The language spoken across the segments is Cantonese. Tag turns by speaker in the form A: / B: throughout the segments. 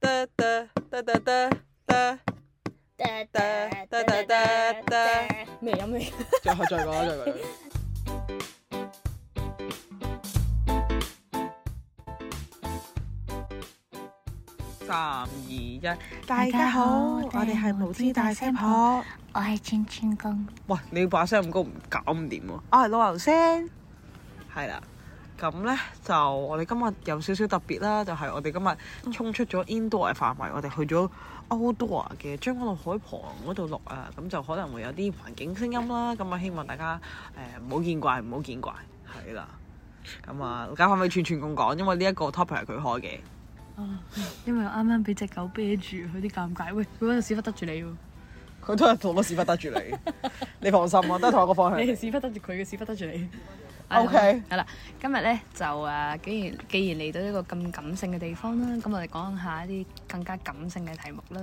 A: 哒哒哒哒哒哒，哒
B: 哒
A: 哒哒哒哒
B: 未飲未？
A: 再再講啦，再講。三二一，大
B: 家
A: 家好，
B: 好
A: 我
B: 我
A: 哋
B: 哋
A: 係
B: 係
A: 無
B: 無
A: 知
B: 知
A: 大
B: 大
A: 聲
B: 聲
A: 婆
B: 婆。我係村村公，
A: 哇，你把聲咁高唔搞唔掂喎。
B: 我係老牛聲。
A: 係啦，咁呢，就我哋今日有少少特別啦，就係、我哋今日衝出咗 indoor 嘅範圍，我哋去咗 outdoor 嘅將軍澳海旁嗰度錄啊，咁就可能會有啲環境聲音啦，咁啊希望大家誒唔好見怪，唔好見怪，係啦。咁啊，交翻俾串串咁講，因為呢一個 topic 係佢開嘅。
C: 啊，因為我啱啱俾只狗啤住，佢啲尷尬。喂，佢嗰陣屎忽得住你喎，
A: 佢都係同我屎忽得住 你，你放心啊，都係同一個方
C: 你嘅屎忽得住佢嘅屎忽得住你。
A: OK
C: 係啦，今日咧就誒，既然既然嚟到呢個咁感性嘅地方啦，咁我哋講下一啲更加感性嘅題目啦。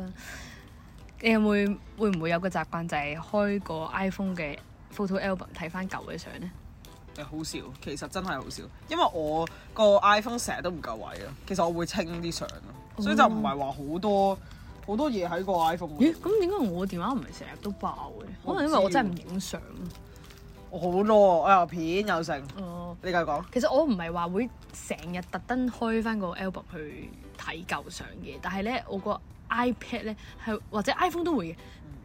C: 你有冇會唔會有個習慣就係開個 iPhone 嘅 photo album 睇翻舊嘅相咧？
A: 誒好少，其實真係好少，因為我個 iPhone 成日都唔夠位咯。其實我會清啲相
C: 哦
A: 咯，所以就唔係話好多好多嘢喺個 iPhone 嗰
C: 咦，
A: 度。
C: 咁點解我電話唔係成日都爆嘅？可能因為我真係唔影相。
A: 我好多，我又片又剩。
C: 哦。
A: 你繼續講。
C: 其實我唔係話會成日特登開翻個 album 去睇舊相嘅，但係咧我個 iPad 咧係或者 iPhone 都會嘅，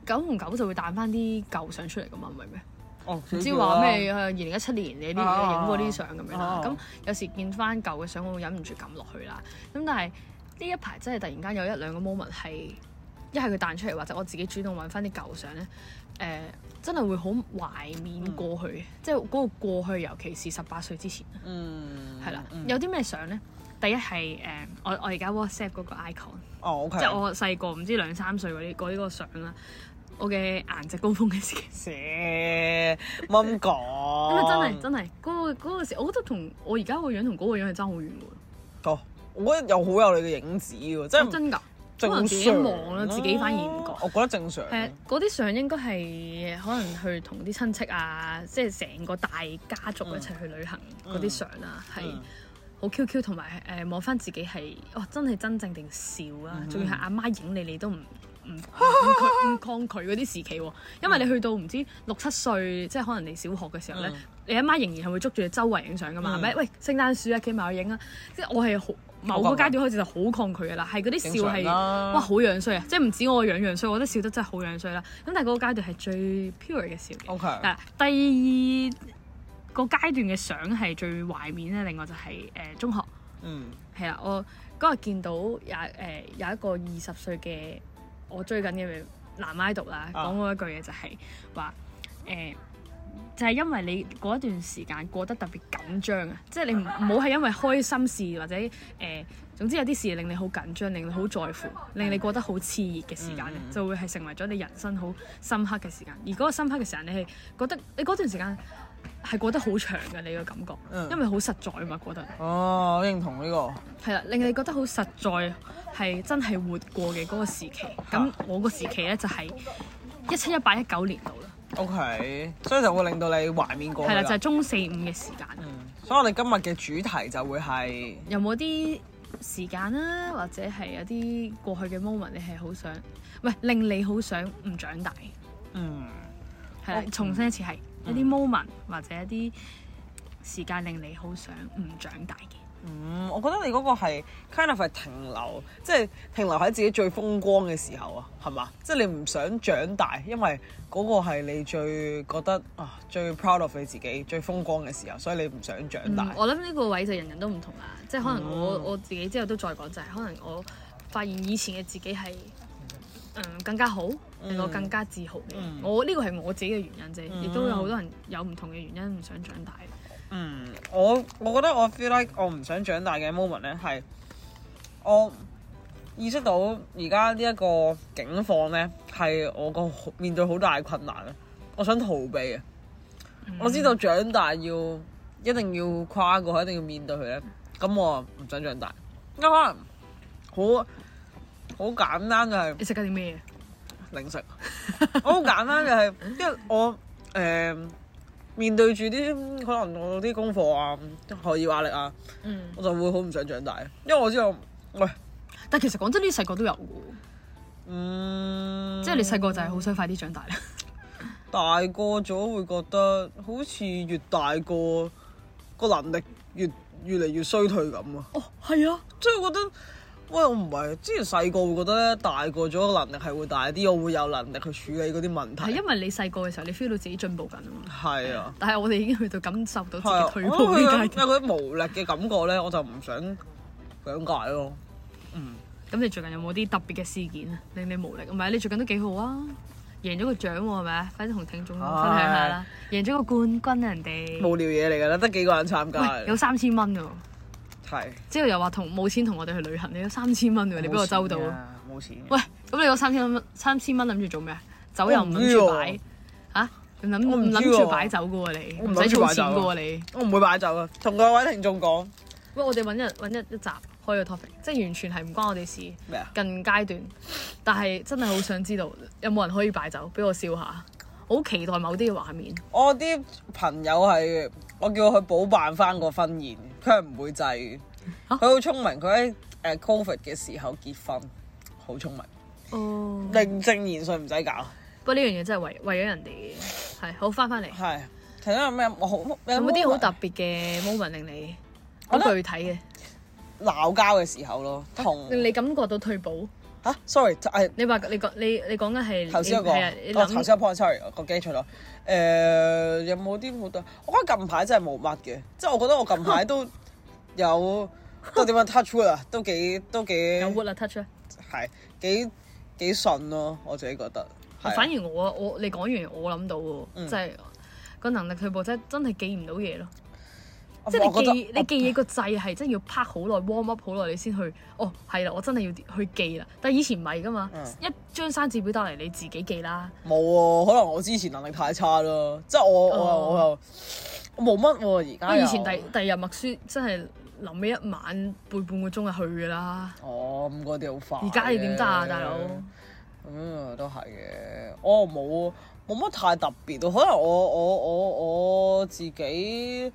C: 九同九就會彈翻啲舊相出嚟噶嘛，唔係咩？
A: 哦，
C: 唔知話咩？啊誒二零一七年你呢
A: 啊
C: 影過啲相咁樣啦
A: 啊，
C: 咁有時見翻舊嘅相，我會忍唔住撳落去啦。咁但係呢一排真係突然間有一兩個 moment 係一係佢彈出嚟，或者我自己主動揾翻啲舊相咧，誒、真係會好懷緬過去，即係嗰個過去，尤其是十八歲之前。
A: 嗯，
C: 係啦，
A: 嗯
C: 有啲咩相咧？第一係誒、我我而家 WhatsApp 嗰個 icon，
A: 哦，OK。
C: 即係我細個唔知兩三歲嗰啲嗰啲個相啦。我嘅顏值高峰嘅時期，
A: 死冇咁講。
C: 因啊為真係真係嗰、個嗰個時，我覺得同我而家個樣同嗰個樣係爭好遠嘅
A: 哦，我覺得又好有你嘅影子喎，即
C: 喎，
A: 係
C: 哦真㗎。
A: 正
C: 可
A: 常啊
C: 能自己望啦自己反而唔覺
A: 我覺得正常。
C: 誒嗰啲相應該係可能去同啲親戚啊，即係成個大家族一齊去旅行嗰啲相啊，係
A: 嗯
C: 好 Q Q 同埋誒望翻自己係，哇真係真正定笑
A: 嗯
C: 啦，仲要係阿媽影你，你都唔唔 唔唔抗唔抗拒嗰啲時期喎，因為你去到唔知六七歲，即係可能你小學嘅時候咧，
A: 嗯
C: 你阿媽仍然係會捉住你周圍影相噶
A: 嗯
C: 嘛，係咪、喂聖誕樹啊，企埋去影啊，即係我係好。某個階段開始就好抗拒噶啦，係嗰啲笑
A: 正常
C: 係
A: 啦
C: 哇好樣衰啊！即係唔止我樣樣衰，我覺得笑得真係好樣衰啦。咁但係嗰個階段係最 pure 嘅笑嘅。
A: OK。
C: 嗱，第二個階段嘅相係最懷緬咧，另外就係、誒、中學
A: 嗯。
C: 係啦，我嗰日見到有誒、有一個二十歲嘅我追緊嘅男 idol 啦，
A: 啊
C: 講過一句嘢就係話誒。就係因為你嗰一段時間過得特別緊張啊，即係你唔唔好係因為開心事或者誒、總之有啲事令你好緊張，令你好在乎，令你過得好熾熱嘅時間咧，
A: 嗯嗯
C: 就會係成為咗你人生好深刻嘅時間。而嗰個深刻嘅時間，你係覺得你嗰段時間係過得好長嘅，你個感覺，
A: 嗯
C: 因為好實在啊嘛，過得。
A: 哦，我認同呢個。
C: 係啦，令你覺得好實在，係真係活過嘅嗰個時期。咁我個時期咧就係一七一八一九年度啦，
A: OK，所以就會令到你懷緬過去
C: 係啦，
A: 啦。
C: 就係中四五嘅時間。
A: 嗯，所以我哋今日嘅主題就會係
C: 有冇啲時間啦，或者係有啲過去嘅 moment，你係好想，唔係令你好想唔長大？
A: 嗯
C: 係啦
A: 我，
C: 重申一次係一啲 moment 或者一啲時間令你好想唔長大嘅。
A: 嗯，我覺得你嗰個係 kind of 係停留，即係停留喺自己最風光嘅時候啊，係嘛？即係你唔想長大，因為嗰個係你最覺得啊最 proud of 你自己、最風光嘅時候，所以你唔想長大嗯
C: 嗯。我諗呢個位就人人都唔同啦，即係可能我、我自己之後都再講，就係、可能我發現以前嘅自己係嗯更加好，令我更加自豪嘅。
A: 嗯
C: 我呢個係我自己嘅原因啫，亦都有好多人有唔同嘅原因唔想長大。
A: 嗯，我我覺得我 feel like 我唔想長大嘅 moment 咧，係我意識到而家呢一個境況咧，係我個好面對好大嘅困難啊！我想逃避啊！我知道長大要一定要跨過去，一定要面對佢咧，咁我唔想長大，因為可能好好簡單就係、
C: 你食緊啲咩？
A: 零食。 我好簡單嘅係，因為我誒、面對住啲可能我啲功課啊、學業壓力啊，
C: 嗯，
A: 我就會好唔想長大，因為我知道，喂，
C: 但其實講真，呢啲細個都有嘅
A: 嗯，
C: 喎，即係你細個就係好想快啲長大啦。
A: 大個咗會覺得好似越大個個能力越越嚟越衰退咁啊！
C: 哦，係啊，
A: 即係我覺得，喂，我唔係之前細個會覺得咧，大個咗個能力係會大啲，我會有能力去處理嗰啲問
C: 係
A: 題。
C: 因為你細個嘅時候，你 feel 到自己進步緊啊嘛。
A: 係啊，
C: 但係我哋已經去到感受到自
A: 係啊，
C: 己退步呢階
A: 因
C: 段。
A: 為嗰啲無力嘅感覺咧，我就唔想想解咯。
C: 咁你最近有冇啲特別嘅事件啊，令你無力？唔係，你最近都幾好啊，贏咗個獎喎，係咪啊？快啲同聽眾分享下啦，贏咗個冠軍啊人哋，
A: 無聊嘢嚟㗎啦，得幾個人參加。
C: 喂，有三千蚊喎。
A: 係
C: 之後又話同冇錢同我哋去旅行，你有三千蚊喎，你俾我周到。啊
A: 冇錢㗎冇錢㗎。
C: 喂，咁你嗰三千蚊，三千蚊諗住做咩啊？酒又唔
A: 我
C: 諗
A: 唔
C: 住
A: 知喎
C: 擺，嚇唔諗
A: 我唔
C: 唔
A: 知
C: 諗住
A: 喎
C: 擺酒嘅喎你，
A: 我唔
C: 唔
A: 諗
C: 使
A: 住
C: 儲
A: 擺酒
C: 錢嘅
A: 啊
C: 喎你。
A: 我唔會擺酒啊，同各位聽眾講
C: 喂，我哋揾一揾一一集開個 topic，即係完全係唔關我哋事，
A: 咩啊？
C: 近階段，但係真係好想知道有冇人可以擺酒，俾我笑下。我好期待某啲嘅畫面，
A: 我啲朋友係我叫佢補辦翻個婚宴，佢係唔會制嘅。
C: 嚇
A: 佢好聰明，佢喺誒 Covid 嘅時候結婚，好聰明，
C: 哦
A: 名正言順唔使搞。
C: 不過呢樣嘢真係為為咗人哋嘅，係好翻翻嚟。
A: 係，睇下有咩我好有
C: 有冇啲好特別嘅 moment 令你好
A: 我覺得
C: 具體嘅，
A: 鬧交嘅時候咯，同
C: 令你感覺到退步？
A: 嚇，sorry，係
C: 你話你講你你講緊係
A: 頭先嗰
C: 你係啊你
A: 個，哦頭
C: 諗
A: 先嗰個 point，sorry，個機錯咗。誒，有冇啲好特？我覺得近排真係冇乜嘅，即係我覺得我近 排都有都點樣 touch wood 啊，都幾都幾
C: 有 wood 啊 touch 啊，
A: 係幾幾順咯，我自己覺得。係啊嗯
C: 反而我我你講完我諗到喎，即係個能力退步真係真係記唔到嘢咯。即
A: 哦啊我覺得
C: 係你記你記嘢個掣係真係要拍好耐 warm up 好耐你先去哦係啦，我真係要去記啦。但係以前唔係噶嘛，
A: 嗯
C: 一張生字表打嚟你自己記啦。
A: 冇喎，可能我之前能力太差咯，即係我我又
C: 哦
A: 我又我冇乜喎，而
C: 因
A: 家
C: 為
A: 又
C: 以前第第二日默書真係臨尾一晚背半個鐘係去噶啦。
A: 哦咁嗰啲好煩嘅。
C: 而家你點得
A: 哎
C: 啊，大佬？
A: 嗯，都係嘅。我冇冇乜太特別咯，可能我我我我自己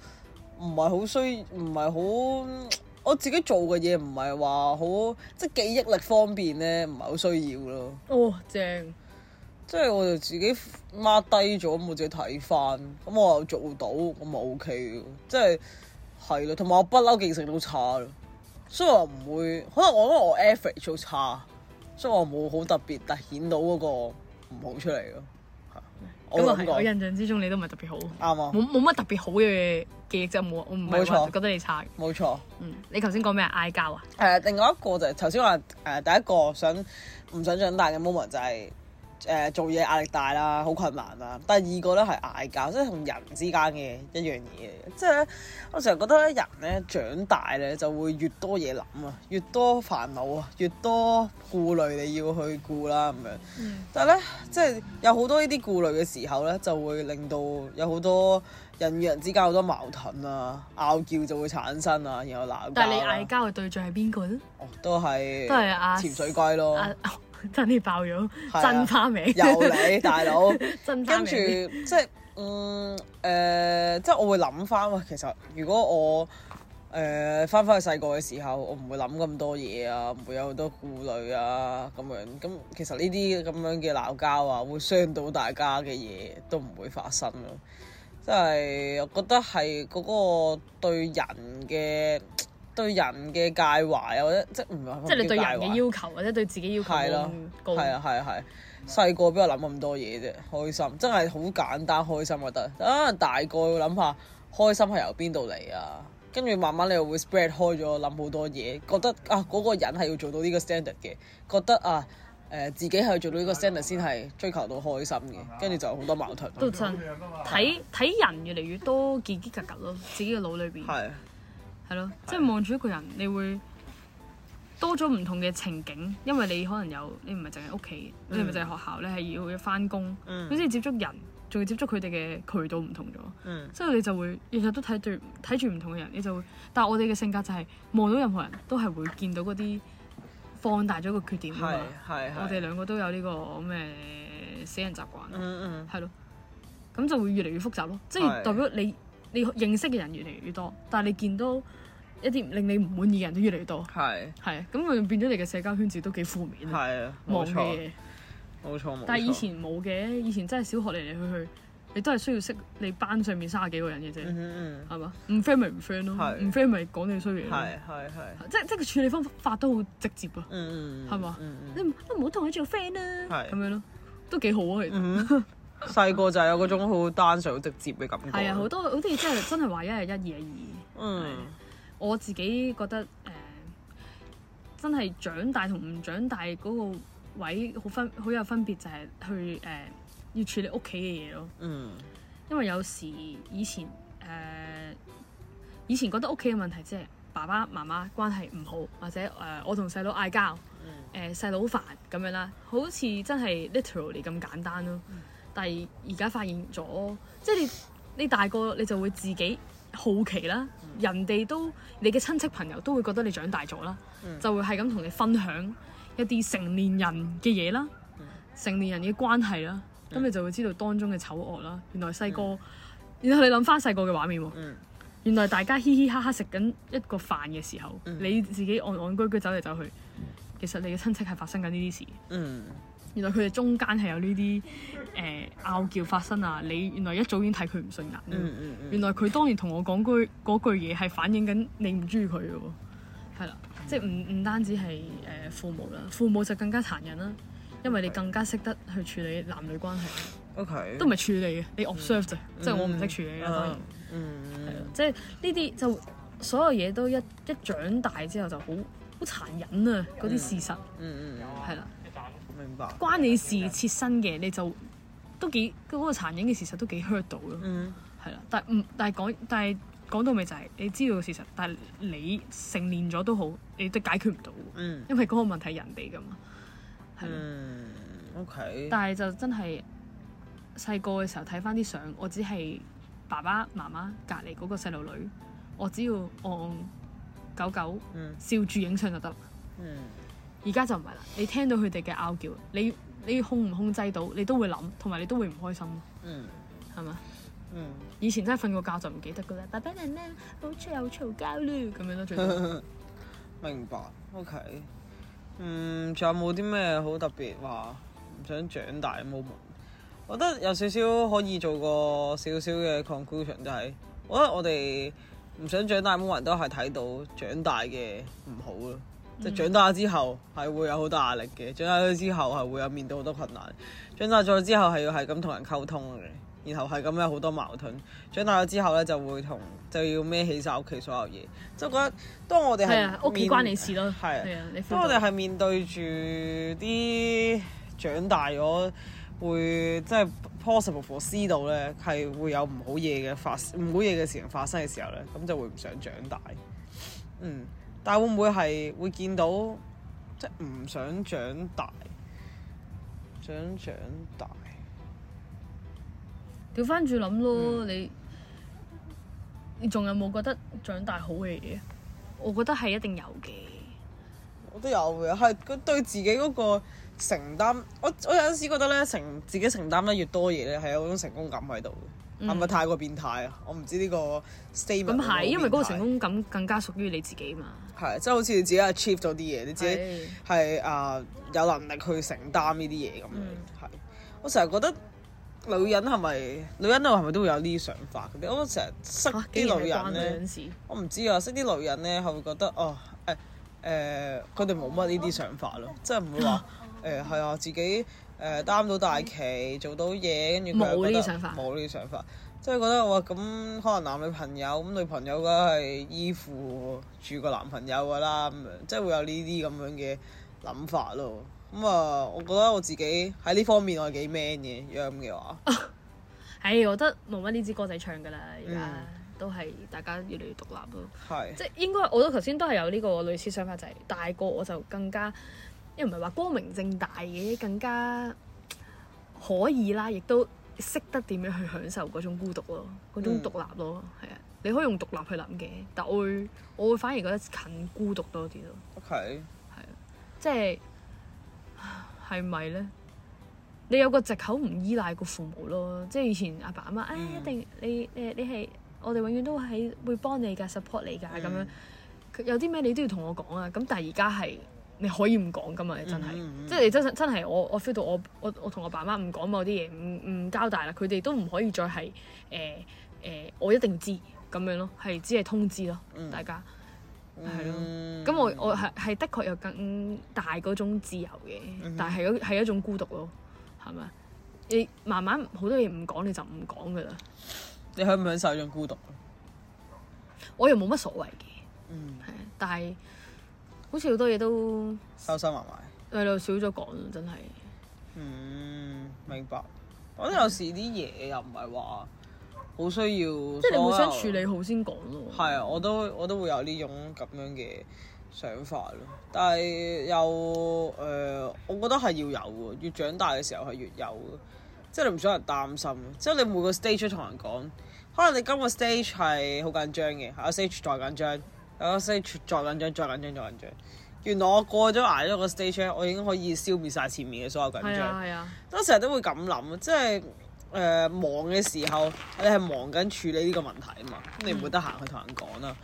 A: 唔係好需，唔係好。我自己做嘅嘢唔係話好，即係記憶力方面咧，唔係好需要咯。
C: 哦，正。
A: 即係我就自己 mark 低咗，咁我自己睇翻，咁我又做到，咁咪 O K 嘅。即係係咯，同埋我不嬲記性都差咯，所以我唔會，可能我因為我 average 好差，所以我冇好特別突顯到嗰個唔好出嚟咯。係我
C: 咁啊
A: 咁
C: 係，我
A: 講
C: 印象之中你都唔係特別好，
A: 啱啊，
C: 冇冇乜特別好嘅記憶啫，冇啊我唔
A: 冇
C: 係
A: 錯
C: 話覺得你差嘅。
A: 冇錯。
C: 嗯，你頭先講咩啊嗌交啊？
A: 誒、另外一個就係頭先話誒第一個想唔想長大嘅 moment 就係、誒、做嘢壓力大啦，好困難啦。第二個咧係嗌交，即係同人之間嘅一樣嘢。即係咧，我成日覺得咧，人咧長大咧就會越多嘢諗啊，越多煩惱啊，越多顧慮你要去顧啦咁樣。
C: 嗯
A: 但係咧，即係有好多呢啲顧慮嘅時候咧，就會令到有好多人與人之間好多矛盾啊、拗撬就會產生啊，然後鬧交啦。
C: 但係你嗌交嘅對象係邊個咧？
A: 哦，都係
C: 都係阿
A: 潛水龜咯，
C: 啊，真係爆咗
A: 哦係啊
C: 真花名，
A: 有你大 佬，
C: 真花
A: 跟
C: 名
A: 住即係嗯誒、即係我會諗翻喂，其實如果我誒翻返去細個嘅時候，我唔會諗咁多嘢啊，唔會有好多顧慮啊咁樣。咁其實呢啲咁樣嘅鬧交啊，會傷到大家嘅嘢都唔會發生咯。即係我覺得係嗰個對人嘅對人嘅介懷啊，或者即係唔係
C: 即係你對人嘅
A: 要。
C: 要求或者對自己要求冇
A: 係咯
C: 咁，高。
A: 係啊，係啊，係啊。細個邊有諗咁多嘢啫？開心真係好簡單，開心覺得。啊，大個要諗下開心係由邊度嚟啊？跟住慢慢你又會 spread 開咗，諗好多嘢，覺得啊嗰、個人係要做到呢個 standard 嘅，覺得啊誒、自己係要做
C: 嗯
A: 到呢個 standard 先係追求到開心嘅，跟住就好多矛盾。
C: 都真睇睇人越嚟越多結結格格咯，自己嘅腦裏邊
A: 係
C: 係咯，即係望住一個人，你會多咗唔同嘅情景，因為你可能有你唔係淨係屋企，你唔係淨係學校，你係要翻工，
A: 嗯
C: 好似接觸人，仲要接觸佢哋嘅渠道唔同咗，
A: 嗯
C: 之後你就會日日都睇對睇住唔同嘅人，你就會，但係我哋嘅性格就係、望到任何人都係會見到嗰啲放大咗個缺點啊
A: 係
C: 嘛，
A: 係
C: 我哋
A: 係。
C: 兩個都有呢個咩死人習慣。
A: 嗯嗯
C: 係咯，咁就會越嚟越複雜咯。即係
A: 係
C: 代表你你認識嘅人越嚟越多，但係你見到一啲令你唔滿意嘅人都越嚟越多，
A: 係
C: 係啊咁佢變咗你嘅社交圈子都幾負面啊，
A: 係啊，
C: 望
A: 冇
C: 嘅
A: 錯
C: 嘢。
A: 冇錯冇錯。
C: 但係以前冇嘅，以前真係小學嚟嚟去去，你都係需要識你班上面三十幾個人嘅啫，
A: 嗯嗯
C: 係嘛、唔 friend 咪唔 friend 咯，
A: 係
C: 唔 friend 咪講你衰嘢
A: 嗯，
C: 咯，
A: 係係係，
C: 即即係個處理方法都好直接啊！
A: 嗯嗯，
C: 係嘛
A: 嗯
C: 你
A: 嗯
C: 唔你唔好同佢做 friend 啦，
A: 係
C: 咁樣咯，都幾好啊，其實。
A: 嗯，細個就有嗰種好單純、好直接嘅感覺。
C: 係啊，好多好似真係真係話一係一，二係二。
A: 嗯
C: 我自己覺得誒、呃真係長大同唔長大嗰個位好分好有分別，就係去誒、呃要處理屋企嘅嘢咯。
A: 嗯
C: 因為有時以前誒、呃以前覺得屋企嘅問題即係爸爸媽媽關係唔好，或者誒、呃我同細佬嗌交，誒細佬煩咁樣啦，好似真係 literally 咁簡單咯。但係而家發現咗，即係你你大個你就會自己好奇啦，人哋都你嘅親戚朋友都會覺得你長大咗啦，
A: 嗯
C: 就會係咁同你分享一啲成年人嘅嘢啦。成年人嘅關係啦，咁
A: 嗯
C: 你就會知道當中嘅醜惡啦。原來細個，然後你諗翻細個嘅畫面喎，
A: 嗯
C: 原來大家嘻嘻哈哈食緊一個飯嘅時候，
A: 嗯
C: 你自己戇戇居居走嚟走去，其實你嘅親戚係發生緊呢啲事。
A: 嗯
C: 原來佢哋中間係有呢啲誒拗撬發生啊！你原來一早已經睇佢唔順眼啦。
A: 嗯嗯
C: 原來佢當年同我講句嗰句嘢係反映緊你唔中意佢嘅喎，係啦，即係唔唔單止係誒父母啦，父母就更加殘忍啦，因為你更加識得去處理男女關
A: 嗯
C: 係，
A: ，OK，
C: 都唔係處理嘅，你 observe 啫，即係我唔識處理啦，當然
A: 嗯，嗯
C: 係啦
A: 嗯，
C: 即係呢啲就所有嘢都一一長大之後就好好殘忍啊，嗰啲事實
A: 嗯嗯，
C: 係啦，
A: 明白。
C: 關你事切身嘅你就都幾嗰個殘忍嘅事實都幾 hurt 到咯。
A: 嗯
C: 係啦，但唔但係講但係講到尾就係、你知道個事實，但係你成年咗都好，你都解決唔到喎，
A: 嗯
C: 因為嗰個問題係人哋噶嘛，係啦。
A: 嗯，OK，
C: 但係就真係細個嘅時候睇翻啲相，我只係爸爸媽媽隔離嗰個細路女，我只要按狗狗
A: 嗯
C: 笑住影相就得啦。
A: 嗯
C: 而家就唔係啦，你聽到佢哋嘅拗撬，你你控唔控制到，你都會諗，同埋你都會唔開心，
A: 嗯
C: 係咪？
A: 嗯。
C: 以前真係瞓個覺就唔記得噶啦，爸爸媽媽好似又嘈交啦咁樣咯，最多啊
A: 明白，OK。嗯，仲有冇啲咩好特別話唔想長大嘅 moment？我覺得有少少可以做個少少嘅 conclusion，就係我覺得我哋唔想長大嘅 moment 都係睇到長大嘅唔好咯。
C: 嗯
A: 即係長大之後係會有好大壓力嘅，長大咗之後係會有面對好多困難，長大咗之後係要係咁同人溝通嘅，然後係咁有好多矛盾。長大咗之後咧就會同就要孭起晒屋企所有嘢，即係我覺得當我哋
C: 係啊，
A: 係
C: 屋企
A: 面
C: 關你事咯，
A: 係啊
C: 係啊，你
A: 咁我哋係面對住啲長大咗會即係 possible for 知道咧，係會有唔好嘢嘅發唔好嘢嘅事情發生嘅時候咧，咁就會唔想長大。嗯，但係會唔會係會見到即係唔想長大，想長大？
C: 調翻轉諗咯，
A: 嗯
C: 你你仲有冇覺得長大好嘅嘢？我覺得係一定有嘅，
A: 我都有嘅，係佢對自己嗰個承擔，我我有陣時覺得咧，承自己承擔得越多嘢咧，係有種成功感喺度嘅，係咪、太過變態啊？我唔知呢個 statement
C: 嗯咁係因為嗰個成
A: 功
C: 功感更加屬於你自己嘛，
A: 係即係好似你自己 achieve 咗啲嘢，你自己
C: 係
A: 係啊、有能力去承擔呢啲嘢咁樣
C: 嗯
A: 係、我成日覺得女人係咪女人係咪都會有呢啲想法嘅？我成日識
C: 嚇，竟然
A: 啲
C: 係
A: 女
C: 關
A: 人
C: 女
A: 咧。
C: 人事，
A: 我唔知啊，識啲女人咧，係會覺得哦誒誒，佢哋冇乜呢啲想法咯，即係唔會 話誒係啊，自己誒、呃、擔到大旗，做到嘢，跟住佢又
C: 嗯冇
A: 覺
C: 呢啲
A: 得
C: 想法
A: 冇呢啲想法，即係覺得哇咁可能男女朋友咁，女朋友梗係依附住個男朋友噶啦，咁樣即係會有呢啲咁樣嘅諗法咯。咁啊，我覺得我自己喺呢方面我係幾 man 嘅，如果咁嘅話，
C: 唉，我覺得冇乜呢支歌仔唱㗎啦，而家
A: 嗯
C: 都係大家越嚟越獨立咯。
A: 係
C: 即係應該，我都頭先都係有呢個類似想法，就係、大個我就更加，又唔係話光明正大嘅，更加可以啦，亦都識得點樣去享受嗰種孤獨咯，嗰種
A: 嗯
C: 獨立咯，係啊、你可以用獨立去諗嘅，但我會我會反而覺得近孤獨多啲咯，
A: OK，
C: 即係係咪咧？你有個藉口唔依賴個父母咯，即係以前阿爸阿媽，唉、
A: 嗯嗯
C: 一定你誒你係我哋永遠都喺會幫你㗎，support 你㗎咁樣。佢有啲咩你都要同我講啊。咁但係而家係你可以唔講噶嘛，你真係，
A: 嗯嗯嗯
C: 即係你真真係我我 feel 到我我我同我爸媽唔講某啲嘢，唔唔交代啦，佢哋都唔可以再係誒誒，我一定要知咁樣咯，係只係通知咯，
A: 嗯
C: 大家。係咯
A: 咯
C: 咁我我係係的確有更大嗰種自由嘅，
A: 嗯哼
C: 但係嗰係一種孤獨咯，係咪？你慢慢好多嘢唔講你就唔講噶啦，
A: 你享唔享受呢種孤獨？
C: 我又冇乜所謂嘅，
A: 嗯，
C: 係啊，但係好似好多嘢都
A: 收收埋埋。
C: 係咯少咗講咯，真係
A: 嗯，明白。我覺得有時啲嘢又唔係話好需要，
C: 即係你
A: 會
C: 互相處理好先講咯。
A: 係啊，我都我都會有呢種咁樣嘅想法咯。但係又誒、呃我覺得係要有嘅，越長大嘅時候係越有嘅，即係你唔想人擔心，即係你每個 stage 都同人講，可能你今個 stage 係好緊張嘅，下個 stage 再緊張，下個 stage 再緊張，再緊張，再緊張。原來我過咗捱咗個 stage 咧，我已經可以消滅晒前面嘅所有緊
C: 係
A: 張
C: 啊。係啊，
A: 我成日都會咁諗，即係誒、呃忙嘅時候，你係忙緊處理呢個問題啊嘛，咁你唔會得閒去同人講啦。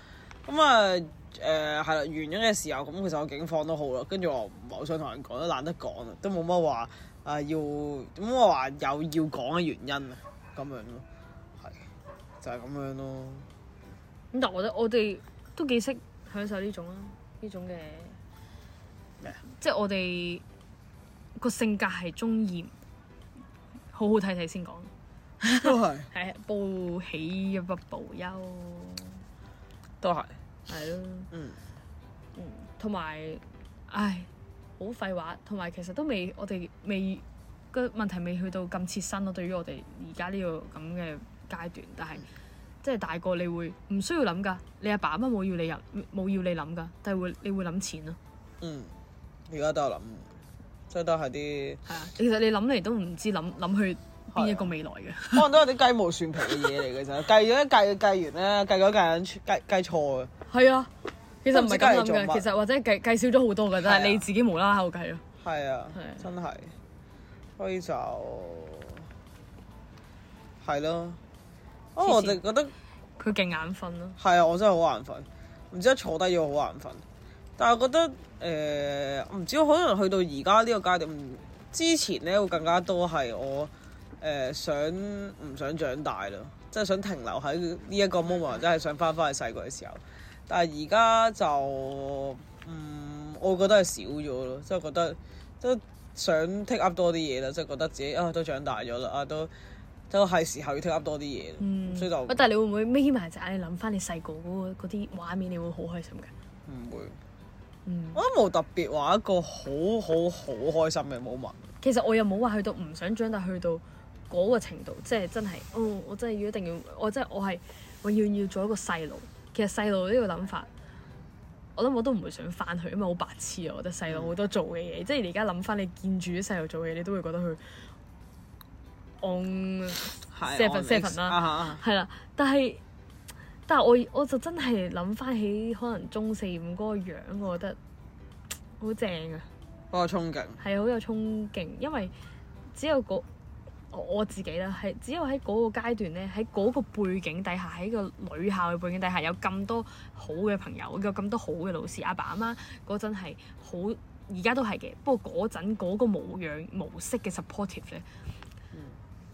A: 咁啊誒係啦，完咗嘅時候，咁其實我警況都好啦，跟住我唔係好想同人講，都懶得講啦，都冇乜話啊要，冇乜話有要講嘅原因啊，咁樣咯，係就係、咁樣咯。
C: 咁但係我覺得我哋都幾識享受呢種啦，呢種嘅
A: 咩啊，
C: 即係我哋個性格係中意好好睇睇先講。
A: 都係，
C: 係報喜一不報憂，
A: 都係，
C: 係咯，
A: 嗯
C: 嗯，同埋，唉，好廢話，同埋其實都未，我哋未個問題未去到咁切身咯。對於我哋而家呢個咁嘅階段，但
A: 嗯
C: 係即係大個你會唔需要諗㗎，你阿爸阿媽冇要你入，冇要你諗㗎，但係會你會諗錢咯，
A: 嗯，而家都有諗，即係都係啲。
C: 係啊，其實你諗嚟都唔知諗諗去
A: 啊
C: 邊一個未來嘅，
A: 可能都有啲雞毛蒜皮嘅嘢嚟嘅啫， 計咗計計完咧，計咗計緊計計錯嘅，
C: 係啊，其實唔係咁
A: 都唔知計嚟
C: 諗
A: 做
C: 㗎，
A: 乜
C: 其實或者計計少咗好多㗎，但
A: 係啊
C: 係你自己無啦啦喺度計咯。
A: 係啊
C: 係啊，
A: 真係，所以就係咯。哦，我哋覺得
C: 佢勁眼瞓咯，
A: 係啊，我真係好眼瞓，唔知一坐低要好眼瞓。但係我覺得誒，呃我唔、知可能去到而家呢個階段，唔之前咧會更加多係我誒、呃想唔想長大咯，即係想停留喺呢一個 moment，或者係想翻返去細個嘅時候。但係而家就嗯，我覺得係少咗咯，即係覺得都想 take up 多啲嘢啦，即係覺得自己啊都長大咗啦，啊都都係時候要 take up 多啲嘢啦，所以就
C: 喂但係你會唔會眯埋隻眼，你諗翻你細個嗰個嗰啲畫面，你會好開心㗎？
A: 唔會。
C: 嗯，
A: 我都冇特別話一個好好好開心嘅 moment。
C: 其實我又冇話去到唔想長大，去到嗰個程度，即係真係，哦，我真係要一定要，我真係我係我要要做一個細路。其實細路呢個諗法，我諗我都唔會想翻去，因為好白痴啊！我覺得細路好多做嘅嘢，即係你而家諗翻你見住啲細路做嘅嘢，你都會覺得佢戇。啊
A: 係
C: Seven-
A: on X，
C: Seven 啦
A: 啊哈啊哈
C: 係啦，但係但係我我就真係諗翻起可能中四五嗰個樣，我覺得好正啊，
A: 嗰個憧憬，
C: 係好有衝勁，因為只有嗰我我自己啦，係只有喺嗰個階段咧，喺嗰個背景底下，喺個女校嘅背景底下，有咁多好嘅朋友，有咁多好嘅老師，阿爸阿媽嗰陣係好，而家都係嘅。不過嗰陣嗰個模樣模式嘅 supportive 咧，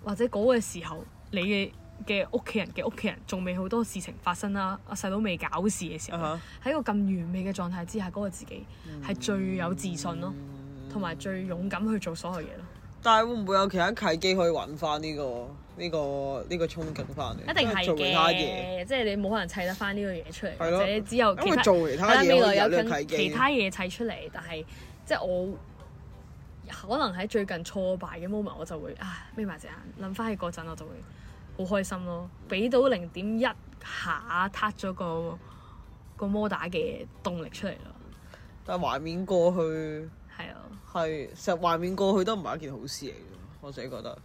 C: 或者嗰個時候你嘅嘅屋企人嘅屋企人仲未好多事情發生啦，阿細佬未搞事嘅時候
A: 啊
C: 呢，喺、個咁完美嘅狀態之下，嗰、個自己
A: 嗯
C: 係最有自信咯，同埋最勇敢去做所有嘢咯。
A: 但係會唔會有其他契機可以揾翻呢個呢個呢個憧憬翻嚟？
C: 一定係
A: 即做其他嘢，
C: 嘅，即係你冇可能砌得翻呢個嘢出嚟，
A: 係咯
C: 或者只有
A: 因
C: 其
A: 為
C: 他
A: 做其
C: 係
A: 他
C: 啦
A: 嘢可以
C: 未
A: 有
C: 來有
A: 呢個
C: 更
A: 契機。
C: 其他嘢砌出嚟，但係即係我可能喺最近挫敗嘅 moment，我就會啊眯埋隻眼，諗翻起嗰陣我就會好開心咯，俾到零點一下撻咗個個摩打嘅動力出嚟咯，
A: 但係懷緬過去
C: 係啊，
A: 係實懷緬過去都唔係一件好事嚟嘅，我自己覺得，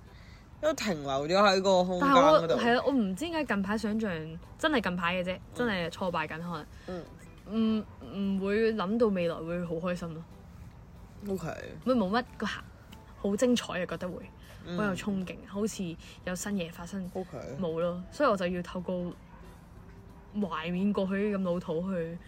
A: 因為停留咗喺個空間
C: 但係
A: 嗰
C: 我
A: 度。
C: 係啊，我唔知點解近排想像真係近排嘅啫，真係挫敗緊可
A: 嗯
C: 能，唔唔會諗到未來會好開心咯。
A: O K，
C: 會冇乜個行好精彩嘅，覺得會
A: 嗯
C: 好有憧憬，好似有新嘢發生
A: O K，
C: 冇咯，所以我就要透過懷緬過去咁老土去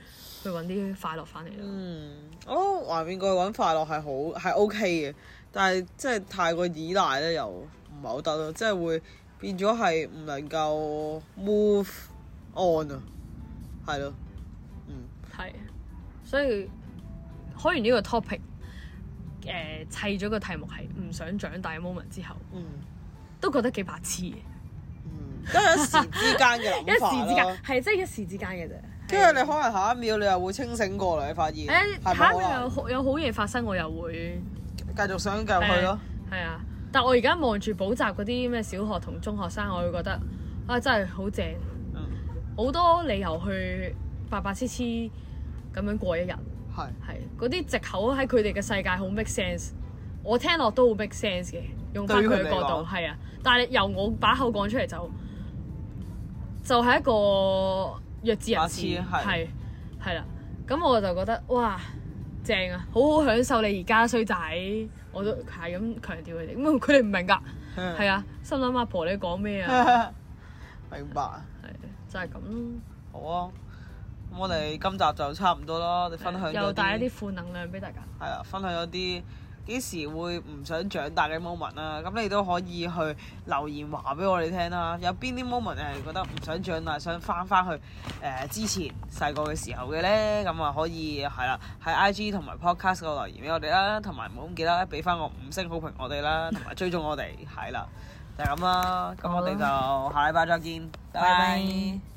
C: 去揾啲快樂翻嚟咯。
A: 嗯，我懷面過去揾快樂係好係 OK 嘅，但係即係太過依賴咧又唔係好得咯，即係會變咗係唔能夠 move on 啊，係咯，嗯，
C: 係，所以開完呢個 topic，誒、砌咗個題目係唔想長大嘅 moment 之後，
A: 嗯，
C: 都覺得幾白痴嘅，
A: 嗯，都係一時之間嘅
C: 一
A: 諗法
C: 時之間
A: 咯。
C: 係真係一時之間嘅啫。
A: 跟住你可能下一秒你又會清醒過嚟，你發現係
C: 誒
A: 咪啊
C: 哎下一
A: 可
C: 秒有
A: 能
C: 好有好嘢發生，我又會
A: 繼續想繼續去咯？
C: 係啊。但我而家望住補習嗰啲咩小學同中學生，我會覺得啊真係好正，
A: 嗯，
C: 好多理由去白白痴痴咁樣過一日。
A: 係
C: 係啊嗰啲藉口喺佢哋嘅世界好 make sense，我聽落都好 make sense 嘅，用翻
A: 對於佢
C: 佢嘅
A: 嚟
C: 角度
A: 講
C: 係啊，但係由我把口講出嚟就就係、一個弱智人士
A: 白痴係
C: 係係啦，咁我就覺得哇正啊，好好享受你而家衰仔，我都係咁強調佢哋，咁啊佢哋唔明㗎，
A: 嗯
C: 係啊，心諗阿婆你講咩 啊，
A: 啊，明白。
C: 係就係咁咯，
A: 好啊，咁我哋今集就差唔多啦，我哋分享咗
C: 又帶一啲負能量俾大家，
A: 係啦，分享咗啲幾時會唔想長大嘅 moment 啦。咁你都可以去留言話俾我哋聽啦。有邊啲 moment 你係覺得唔想長大，想翻翻去誒、呃之前細個嘅時候嘅呢？咁啊可以係啦，喺 IG 同埋 podcast 度留言俾我哋啦，同埋唔好唔記得俾翻個五星好評我哋啦，同埋追蹤我哋係啦，就係咁啦。咁我哋就下禮拜再見，拜拜。